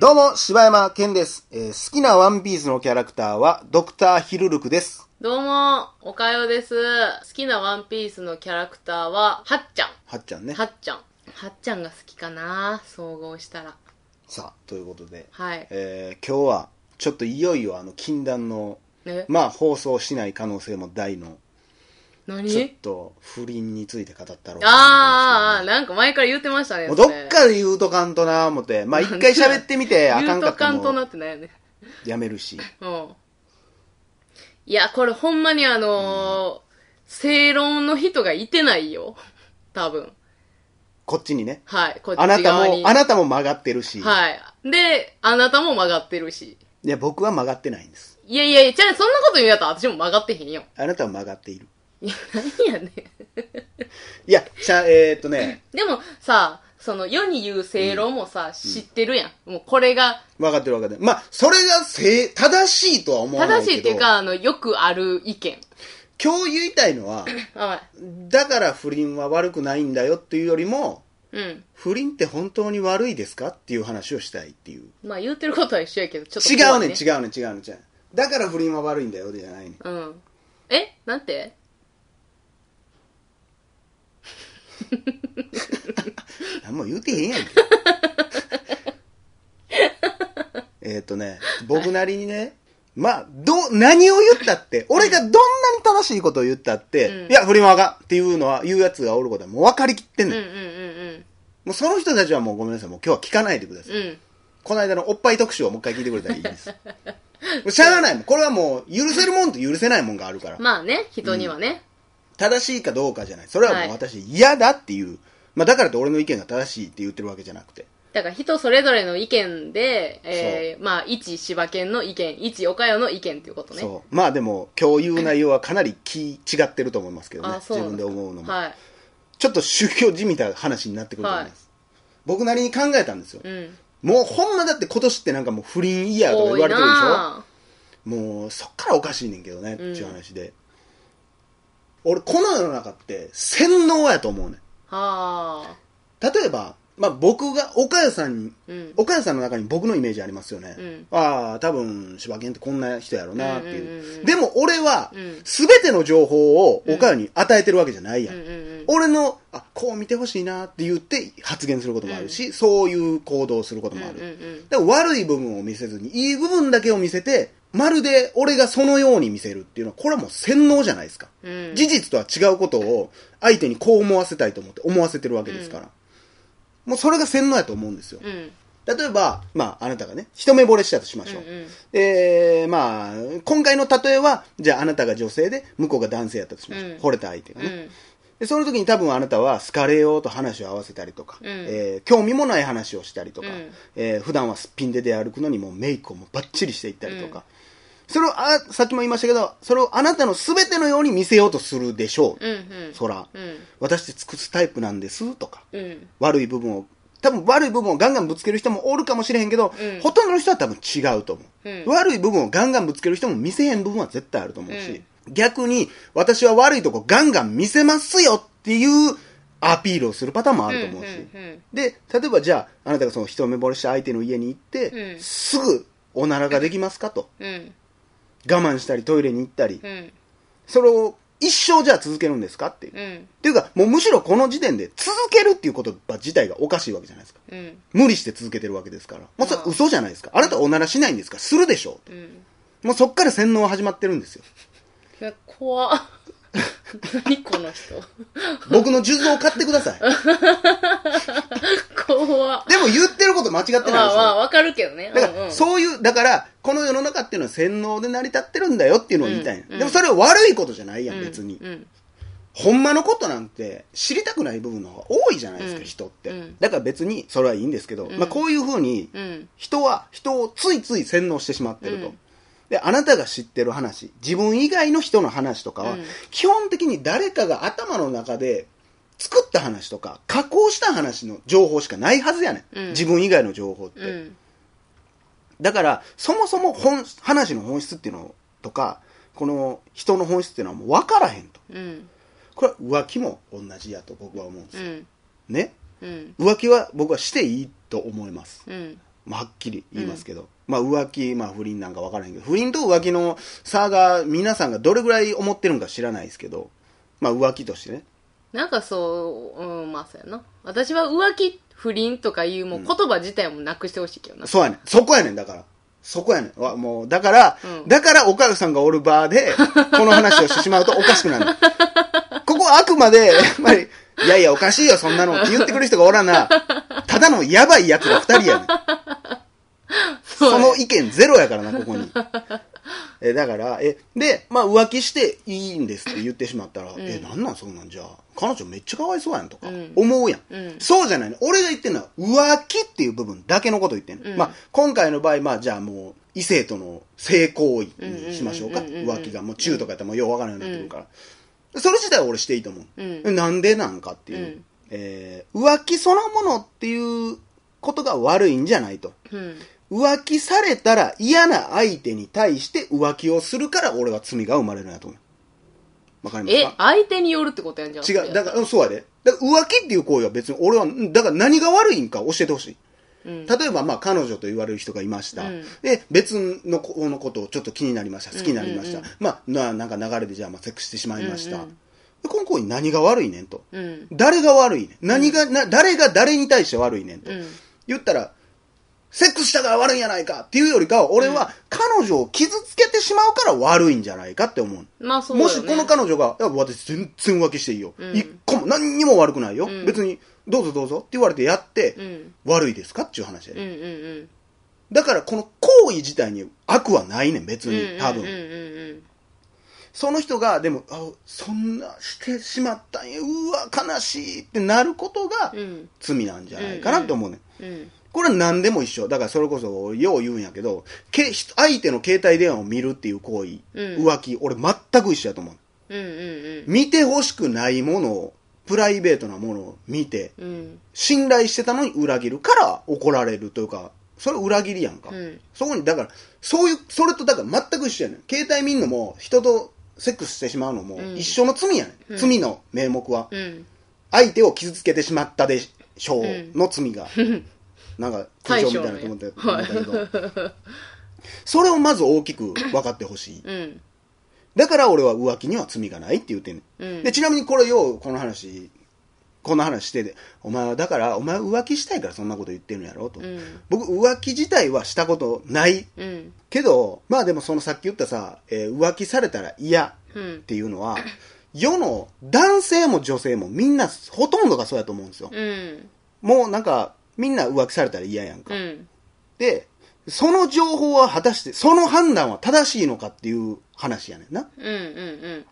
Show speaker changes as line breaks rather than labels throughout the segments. どうも、柴山健です、えー好きなワンピースのキャラクターは、ドクターヒルルクです。
どうも、おかよです。好きなワンピースのキャラクターは、はっちゃん。
はっちゃんね。
はっちゃん。はっちゃんが好きかな総合したら。
さあ、ということで、
はい。
えー今日は、ちょっといよいよあの、禁断の、
え、
まあ、放送しない可能性も大の、ちょっ
何
と、不倫について語ったろうと思いますけどね
あーあー、なんか前から言ってましたね。
もうど
そ
っ
れ
かで言うとかんとな思って、まあ一回喋ってみて、あか
言
ん
う
か
と
っ
か
た
ん
も
となってないよね。
やめるし。
うん。いや、これほんまにあのー正論の人がいてないよ。多分。
こっちにね。
はい、こっち
あなた
側に。
も、あなたも曲がってるし。
はい。で、あなたも曲がってるし。
いや、僕は曲がってないんです。
いやいやいや、じゃあそんなこと言うんやったら私も曲がってへんよ。
あなたは曲がっている。
いや、何やねん。
いや、ちゃ、えー、っとね、
でもさ、その世に言う正論もさ、知ってるやん。もうこれが
分かってる分かってる。まあ、それが正、正しいとは思わないけ
正
ど。
しいっていうか、あの、よくある意見。
今日言いたいのは、
は
だから不倫は悪くないんだよっていうよりも、
い。うん。
不倫って本当に悪いですかっていう話をしたいっていう。
まあ言うてることは一緒やけど、ちょっと
違
怖
うね
い、
ん、違うねん、違うねん、違うねん。だから不倫は悪いんだよ、じゃないねん。
うん。えなんて
何も言うてへんやんけ。 えっとね、僕なりにね、まあ、ど、何を言ったって、俺がどんなに正しいことを言ったって、
うん
いや、振り回がっていうのは、言うやつがおることはもう分かりきってん
うん
ね。
うんんうん
もうその人たちはもうごめんなさい、もう今日は聞かないでくださ
う
い。
ん。うん。
この間のおっぱい特集をもう一回聞いてくれたらいい です。もうしゃあないもん。これはもう、許せるもんと許せないもんがあるから。
まあね、人にはね。
正しいかどうかじゃない。それはもう私嫌だっていう。まあだからって俺の意見が正しいって言ってるわけじゃなくて。
だから人それぞれの意見で、えー、まあ、一柴犬の意見、一岡代の意見っていうことね。
そうまあでも今日言う内容はかなり気違ってると思いますけどね
あ、そ
自
うな
分
んす
で
か
思うのも、
はい。
ちょっと宗教じみた話になってくると思います、僕なりに考えたんですよ、
うん。
もうほんまだって今年ってなんかもう不倫イヤーとか言われてるでしょ
ぁ。
もうそっからおかしいねんけどね、
うん
っていう話で俺この世の中って洗脳やと思うねん
は
例えば、まあ、僕が岡谷さんに
ぁ。うん。
岡谷さんの中に僕のイメージありますよね、
うん
ああ多分柴犬ってこんな人やろなっていう,、
うんうんうんうん
でも俺は
うん
全ての情報を岡谷に与えてるわけじゃないや、
うんんうんうん。
俺のあこう見てほしいなって言って発言することもあるし、そういう行動をすることもある、
うんうんうん
でも悪い部分を見せずにいい部分だけを見せてまるで俺がそのように見せるっていうのはこれはもう洗脳じゃないですか、
うん
事実とは違うことを相手にこう思わせたいと思って思わせてるわけですから、もうそれが洗脳やと思うんですよ、
うん
例えば、まあ、あなたがね、一目惚れしたとしましょう。
うん
えーまあ、今回の例えは、じゃああなたが女性で、向こうが男性やったとしましょう。
うん
惚れた相手が
う
ね、
ん
で。その時に多分あなたは好かれようと話を合わせたりとか、
うん
えー興味もない話をしたりとか、
うん
えー普段はすっぴんで出歩くのにもうメイクをもうバッチリしていったりとか、それをあ、さっきも言いましたけど、それをあなたの全てのように見せようとするでしょう。
うんうん
そら、
うん
私って尽くすタイプなんですとか。
うん
悪い部分を多分悪い部分をガンガンぶつける人もおるかもしれへんけど、
うん
ほとんどの人は多分違うと思う、
うん
悪い部分をガンガンぶつける人も見せへん部分は絶対あると思うし、
う
逆に私は悪いとこガンガン見せますよっていうアピールをするパターンもあると思うし、
うんうん
で例えばじゃああなたがその一目惚れした相手の家に行って、
うん
すぐおならができますかと
うん
我慢したりトイレに行ったり、
うん
それを一生じゃあ続けるんですかっていう、
う
っ
ん
ていうかもうむしろこの時点で続けるっていう言葉自体がおかしいわけじゃないですか
うん
無理して続けてるわけですから。もうそれ
ああ
嘘じゃないですか。あなたおならしないんですかするでしょ
うん
もうそっから洗脳始まってるんです よ。
なんか怖っ 何こ の人
僕の数珠を買ってください。
怖っ
でも言ってること間違ってないですよ。
まあまあわかるけどね
だか
うんうん
ら、そういう、だから、この世の中っていうのは洗脳で成り立ってるんだよっていうのを言いたいんや、
うんうん
でもそれは悪いことじゃないやん、別に、
うん
ほんまのことなんて知りたくない部分の方が多いじゃないですか、
うん
人って、
うん
だから別にそれはいいんですけど、
うん
まあこういうふうに
うん
人は人をついつい洗脳してしまってると、
うん
であなたが知ってる話自分以外の人の話とかは、
うん
基本的に誰かが頭の中で作った話とか加工した話の情報しかないはずやねん、
うん
自分以外の情報って、
うん
だからそもそも本話の本質っていうのとかこの人の本質っていうのはもう分からへんと
うん
これは浮気も同じやと僕は思うんです
う
よ、
ん
ね
うん。
浮気は僕はしていいと思います。
うん。
まあ、はっきり言いますけど。まあ浮気、まあ不倫なんかわからへんけど、不倫と浮気の差が皆さんがどれぐらい思ってるんか知らないですけど、まあ浮気としてね。
なんかそう、うん、まあそうやな。私は浮気、不倫とかいう、もう言葉自体もなくしてほしいけどな。
そうやねん。そこやねん、だから。そこやねん。わもう、だから、
うん
だから、岡かさんがおるバーで、この話をしてしまうとおかしくなる。ここはあくまで、やっぱり、いやいや、おかしいよ、そんなのって言ってくる人がおらな、ただのやばい奴ら二人やねん。
う
そ
ね
の意見ゼロやからな、ここ に。え、だから、え、で、まあ、浮気していいんですって言ってしまったら、え、なんなんそんなんじゃ、彼女めっちゃかわいそうやんとか
うん、
思うやん。
うん
そうじゃないの。俺が言ってるのは、浮気っていう部分だけのこと言ってんの。
うん
まあ、今回の場合、まあ、じゃあもう、異性との性行為にしましょうか。
うんうんうんうんうん
浮気が、もう中とかやったらもうようわからんようになってくるから。それ自体は俺していいと思う。
うん。
なんでなんかっていう、
うん
えー浮気そのものっていうことが悪いんじゃないと。
うん。
浮気されたら嫌な相手に対して浮気をするから俺は罪が生まれるんやと思う。わかります
え
か、
相手によるってことやんじゃん。
違う。だから、うんそうやで。だから浮気っていう行為は別に俺は、うんだから何が悪いんか教えてほしい。
うん。
例えば、まあ、彼女と言われる人がいました。
うん
で、別の子のことをちょっと気になりました。好きになりました。
うんうん
まあ、ななんか流れでじゃあ、まあ、セックスしてしまいました。
うんうん
でこの行為何が悪いねんと。
うん。
誰が悪いねん。何が、な、誰が誰に対して悪いねんと。
うん。
言ったら、セックスしたから悪いんやないかっていうよりかは、俺は彼女を傷つけてしまうから悪いんじゃないかって思う。
まあそうだ
も
よね
しこの彼女が、いや、私全然浮気していいよ
う。ん
一、個も何にも悪くないよ。
うん
別に、どうぞどうぞって言われてやって、
うん。
悪いですかっていう話や
うんう
ね、
んうん。
だからこの行為自体に悪はないねん、別
うん。
に。多分。
うんうん
その人が、でも、あ、そんなしてしまったんや、うわ、悲しいってなることが
うんうん。
罪なんじゃないかなって思うねん。
うん。うん。
これは何でも一緒。だからそれこそ、よう言うんやけど、け相手の携帯電話を見るっていう行為、
うん
浮気、俺全く一緒やと思う。
うんうん
見てほしくないものを、プライベートなものを見て、
うん。うん。
信頼してたのに裏切るから怒られるというか、それ裏切りやんか。
うん
そこに、だから、そういう、それとだから全く一緒やねん。携帯見んのも、人とセックスしてしまうのも
う、ん
一緒の罪やねん。
うん
罪の名目は。
うん。
相手を傷つけてしまったでしょ
うん
うの罪が、なん か勲章みたいなと思って
大将の
思
や
ったけど、それをまず大きく分かってほしい
うん。
だから俺は浮気には罪がないって言ってんねん
うん。
でちなみにこれようこの話この話しててお前はだからお前浮気したいからそんなこと言ってるんやろと、
うん。
僕浮気自体はしたことない
うん。
けどまあでもそのさっき言ったさ、えー浮気されたら嫌
うん
っ。ていうの は世の男性も女性もみんなほとんどがそうやと思うんですよ
うん。
もうなんか、みんな浮気されたら嫌やんか。
うん。
で、その情報は果たして、その判断は正しいのかっていう話やねんな。
うんうん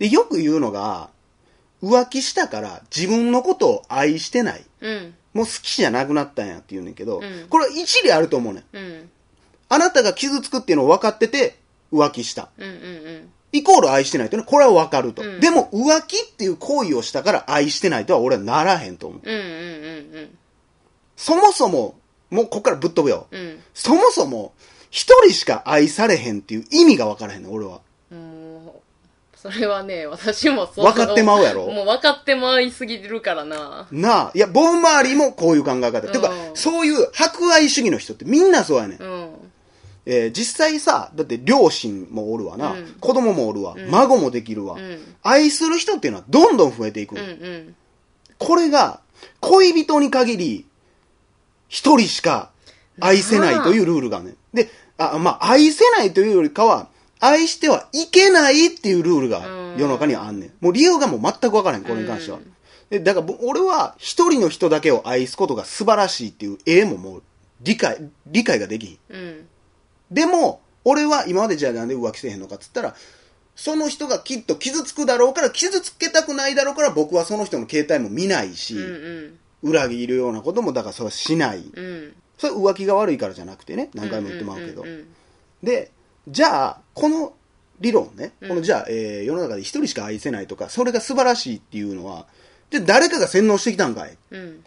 で、よく言うのが、浮気したから自分のことを愛してない。
うんうん
もう好きじゃなくなったんやって言うねんけど、
うん
これは一理あると思うねん。
うん
あなたが傷つくっていうのを分かってて、浮気した。
うんうん
イコール愛してないというのは、これは分かると。
うん
でも、浮気っていう行為をしたから愛してないとは俺はならへんと思う。
うんうんうん
そもそも、もうここからぶっ飛ぶよ。
うん
そもそも、一人しか愛されへんっていう意味が分からへんの、俺は。
うんもうそれはね私もそう
分かってまうやろ
もう分かってまいすぎるからな
なあ。いや、ボンマーリーもこういう考え方。ていうか
う、ん
そういう博愛主義の人ってみんなそうやねん。
うん
えー実際さ、だって両親もおるわな。
うん
子供もおるわ、
ん
孫もできるわ、
うん
愛する人っていうのはどんどん増えていく
う
の、
んうん
これが、恋人に限り、一人しか愛せないというルールがあんねん。で、あ、まあ、愛せないというよりかは、愛してはいけないっていうルールが
うん
世の中にはあんねん。もう理由がもう全くわからへん、これに関しては
うん。
で、だからぼ俺は一人の人だけを愛すことが素晴らしいっていう絵ももう理解、理解ができひん。
うん
でも、俺は今までじゃあなんで浮気せえへんのかっつったら、その人がきっと傷つくだろうから、傷つけたくないだろうから、僕はその人の携帯も見ないし、
うん
裏切るようなこともだからそれはしない
うんうん
それは浮気が悪いからじゃなくてね何回も言ってまうけど、
んん
でじゃあこの理論ね、
うん
このじゃあ、えー世の中で一人しか愛せないとかそれが素晴らしいっていうのはじゃあ誰かが洗脳してきたんかい
うんうん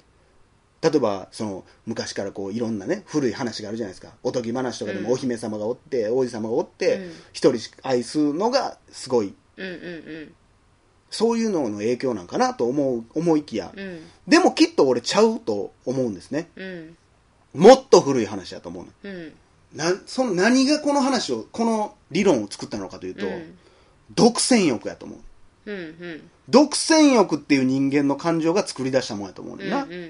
例えばその昔からこういろんなね古い話があるじゃないですかおとぎ話とかで
う
も
ん
お姫様がおって王子様がおって
うん
一人しか愛すのがすごい
うんうん
そういうのの影響なんかなと思う、思いきや。
うん。
でもきっと俺ちゃうと思うんですね。
うん。
もっと古い話だと思うの。
うん。
な、その何がこの話を、この理論を作ったのかというと、
うん
独占欲やと思う。
うん。うん。
独占欲っていう人間の感情が作り出したもんやと思うねんな。
うん。うん。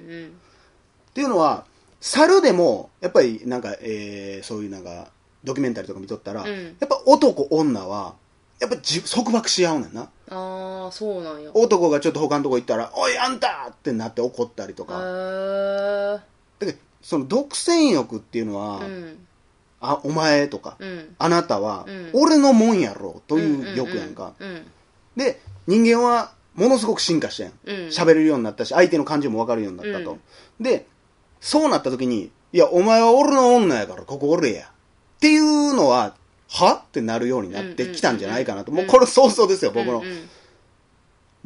っていうのは猿でもやっぱりなんか、えーそういうなんかドキュメンタリーとか見とったら、
うん
やっぱ男女はやっぱじ束縛し合うねんな
ああ、そうなんや。
男がちょっと他のとこ行ったら「おいあんた!」ってなって怒ったりと
へ
か、
ー
だけどその独占欲っていうのは「
うん。
あお前」とか、
うん。
あなたは
うん
俺のもんやろ」という欲やんか、
うん。
で人間はものすごく進化してん
うん。
喋れるようになったし相手の感情も分かるようになったと、でそうなった時に「いやお前は俺の女やからここ俺や」っていうのははってなるようになってきたんじゃないかなと、
うんうん
もうこれ想像ですよ僕の
うん。うん
「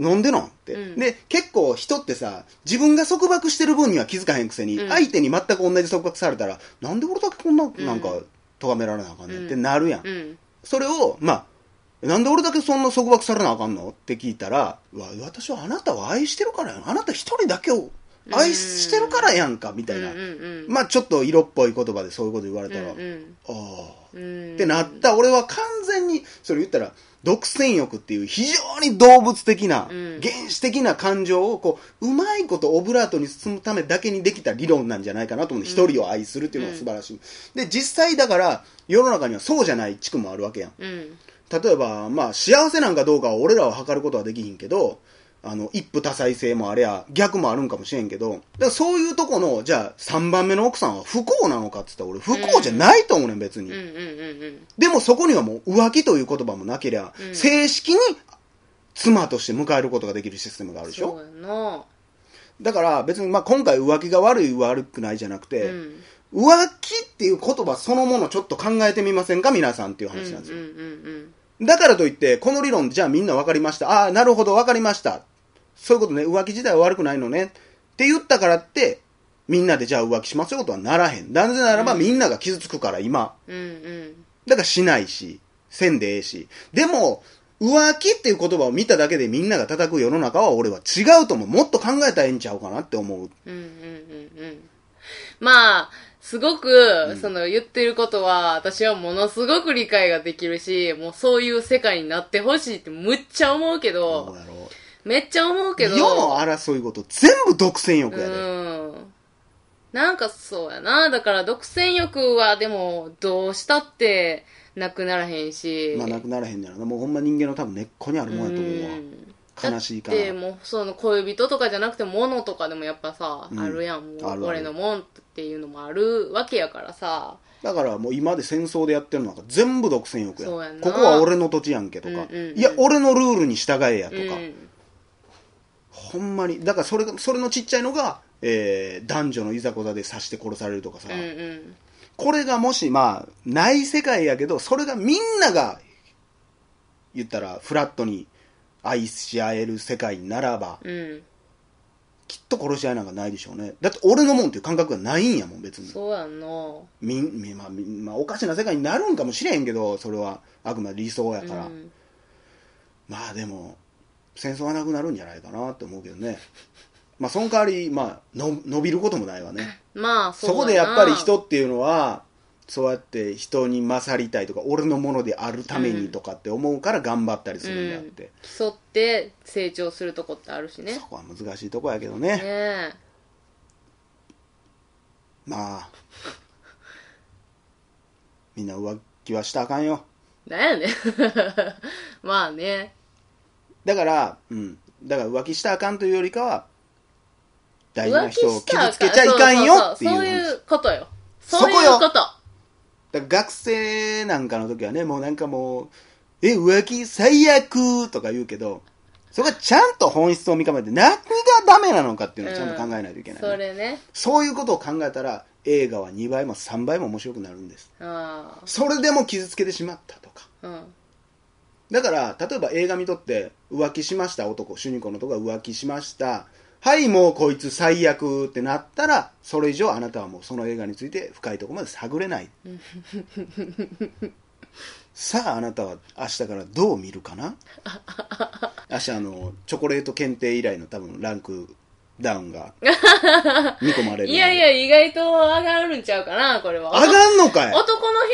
なんでなん?」って、
うん
で結構人ってさ自分が束縛してる分には気づかへんくせに、
うん
相手に全く同じ束縛されたらなんで俺だけこんななんか
うん
咎められなあかんねんって
うん
なるやん、
うん。
それをまあなんで俺だけそんな束縛されなあかんのって聞いたらうわ私はあなたを愛してるからやんあなた一人だけを愛してるからやんかみたいな、
うんうんうん。
まあちょっと色っぽい言葉でそういうこと言われ
う
たら、
ん
あ
うん
あ
うん。
ってなった俺は完全にそれ言ったら独占欲っていう非常に動物的な、
うん
原始的な感情をこううまいことオブラートに包むためだけにできた理論なんじゃないかなと思う一、人を愛するっていうのが素晴らしい、で実際だから世の中にはそうじゃない地区もあるわけやん
うん。
例えば、まあ、幸せなんかどうかは俺らは測ることはできひんけど、あの、一夫多妻制もあれや、逆もあるんかもしれんけど、だからそういうとこの、じゃあ、3番目の奥さんは不幸なのかって言ったら俺、不幸じゃないと思うねん、別に。
うんうんうんうん。
でもそこにはもう浮気という言葉もなけりゃ、
うん
正式に妻として迎えることができるシステムがあるでし
そ
ょ
うやな。
だから別に、まあ、今回浮気が悪い悪くないじゃなくて、
うん。
浮気っていう言葉そのものちょっと考えてみませんか皆さんっていう話なんですよ。
うんうんうんうん。
だからといって、この理論、じゃあみんな分かりました。ああー、なるほど、分かりました。そういうことね、浮気自体は悪くないのね。って言ったからって、みんなでじゃあ浮気しますよとはならへん。なぜならばみんなが傷つくから今。
うんうん。
だからしないし、せんでええし。でも、浮気っていう言葉を見ただけでみんなが叩く世の中は俺は違うと思う。もっと考えたらええんちゃうかなって思う。
うんうんうんうん。まあ、すごく、その言ってることは、私はものすごく理解ができるし、もうそういう世界になってほしいってむっちゃ思うけ
どう
ど、
やろう。
めっちゃ思うけど、
世の争い事全部独占欲やで。
うん。なんかそうやな。だから独占欲はでも、どうしたってなくならへんし。
まあなくならへんやろな。もうほんま人間の多分根っこにあるもんやと思うわ。
ん
悲しいから
だってもうその恋人とかじゃなくて物とかでもやっぱさ、
うん
あるやんもう
あるある
俺のもんっていうのもあるわけやからさ
だからもう今まで戦争でやってるのが全部独占欲や
そうやんな
ここは俺の土地やんけとか、
うんうんうん
いや俺のルールに従えやと
う
か、
ん
ほんまにだからそれがそれのちっちゃいのが、えー男女のいざこざで刺して殺されるとかさ、
うんうん
これがもしまあない世界やけどそれがみんなが言ったらフラットに愛し合える世界ならば、
うん
きっと殺し合いなんかないでしょうねだって俺のもんっていう感覚がないんやもん別に
そうやんな
みんみまあ、みまあ、おかしな世界になるんかもしれへんけどそれはあくまで理想やから、
うん
まあでも戦争はなくなるんじゃないかなって思うけどねまあその代わり、まあ、の伸びることもないわね
まあ
そ
そうやな
こでやっぱり人っていうのはそうやって人に勝りたいとか俺のものであるためにとかって思うから頑張ったりするんであって、
競って成長するとこってあるしね
そこは難しいとこやけど
ね
ね
え
まあみんな浮気はしたらあかんよ
なんやねん まあね
だから、うん、だから浮気したらあかんというよりかは大事な
浮気
人を
した
傷
らあ
つけちゃいかんよっていう
そうそうそうそう
話
いうことよ
そこ
そ
よ
ういうこと
だから学生なんかの時はねもうなんかもう「え浮気最悪!」とか言うけどそこはちゃんと本質を見かめて何がダメなのかっていうのをちゃんと考えないといけないね、
それね
そういうことを考えたら映画は2倍も3倍も面白くなるんです
ああ
それでも傷つけてしまったとか
うん
だから例えば映画見とって浮気しました男主人公の男が浮気しましたはいもうこいつ最悪ってなったらそれ以上あ なたはもうその映画について深いところまで探れないさああなたは明日からどう見るかな明日あのチョコレート検定以来の多分ランクダウンが見込まれる
いやいや、意外と上がるんちゃうかな、これは。
上がんのかい
男の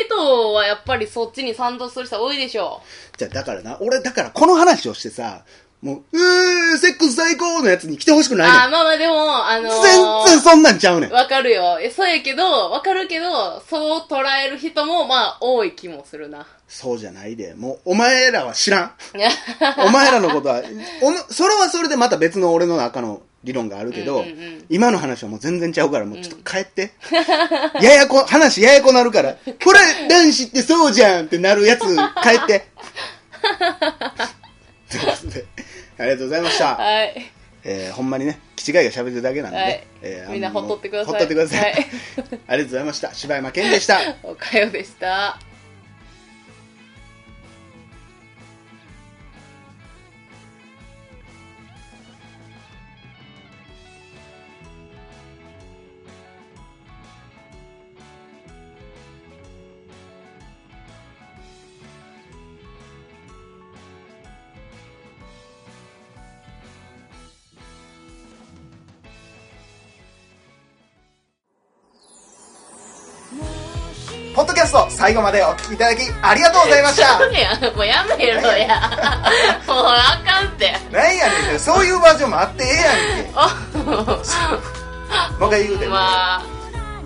人はやっぱりそっちに賛同する人多いでしょ
じゃあだからな俺だからこの話をしてさもううーセックス最高のやつに来てほしく
う。
ない
あ
ね
ーまあまあでも、あの
ん
ー
全然そんなんちゃうねん
わかるよ。え、そうやけど、わかるけど、そう捉える人も、まあ、多い気もする な。
そうじゃないでもうお前らは知 らん
いや
お前らのことはおのそれはそれでまた別の俺の中の理論があるけど、
うんうんうん
今の話はもう全然ちゃうからもうちょっと帰って、 ややこ話ややこなるからこれ男子ってそうじゃんってなるやつ帰って ということでありがとうございました、
はい。
えーほんまにね気違いが喋ってるだけなんで、
はい
えー
みん
あ
な
の
ほっとってください。
ほっとってください、
はい
ありがとうございました柴山健でした
おかよでした。
ポッドキャスト最後までお聞きいただきありがとうございまし
ち ゃ
た
うやん。もうやめろ や。もうあかんって。
なんやねんそういうバージョンもあってええやんけ
お
もう一回言うて、
まあ、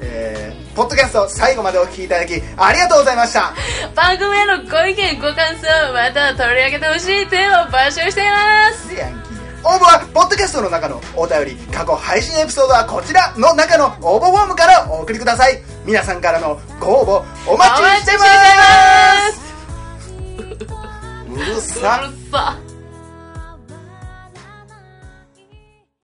えーポッドキャスト最後までお聞きいただきありがとうございました
番組へのご意見、ご感想、または取り上げてほしい点を募集しています。
でヤンキー応募はポッドキャストの中のお便り過去配信エピソードはこちらの中の応募フォームからお送りください皆さんからのご応募お待ちしてます
す
うる
う
さ
るさ。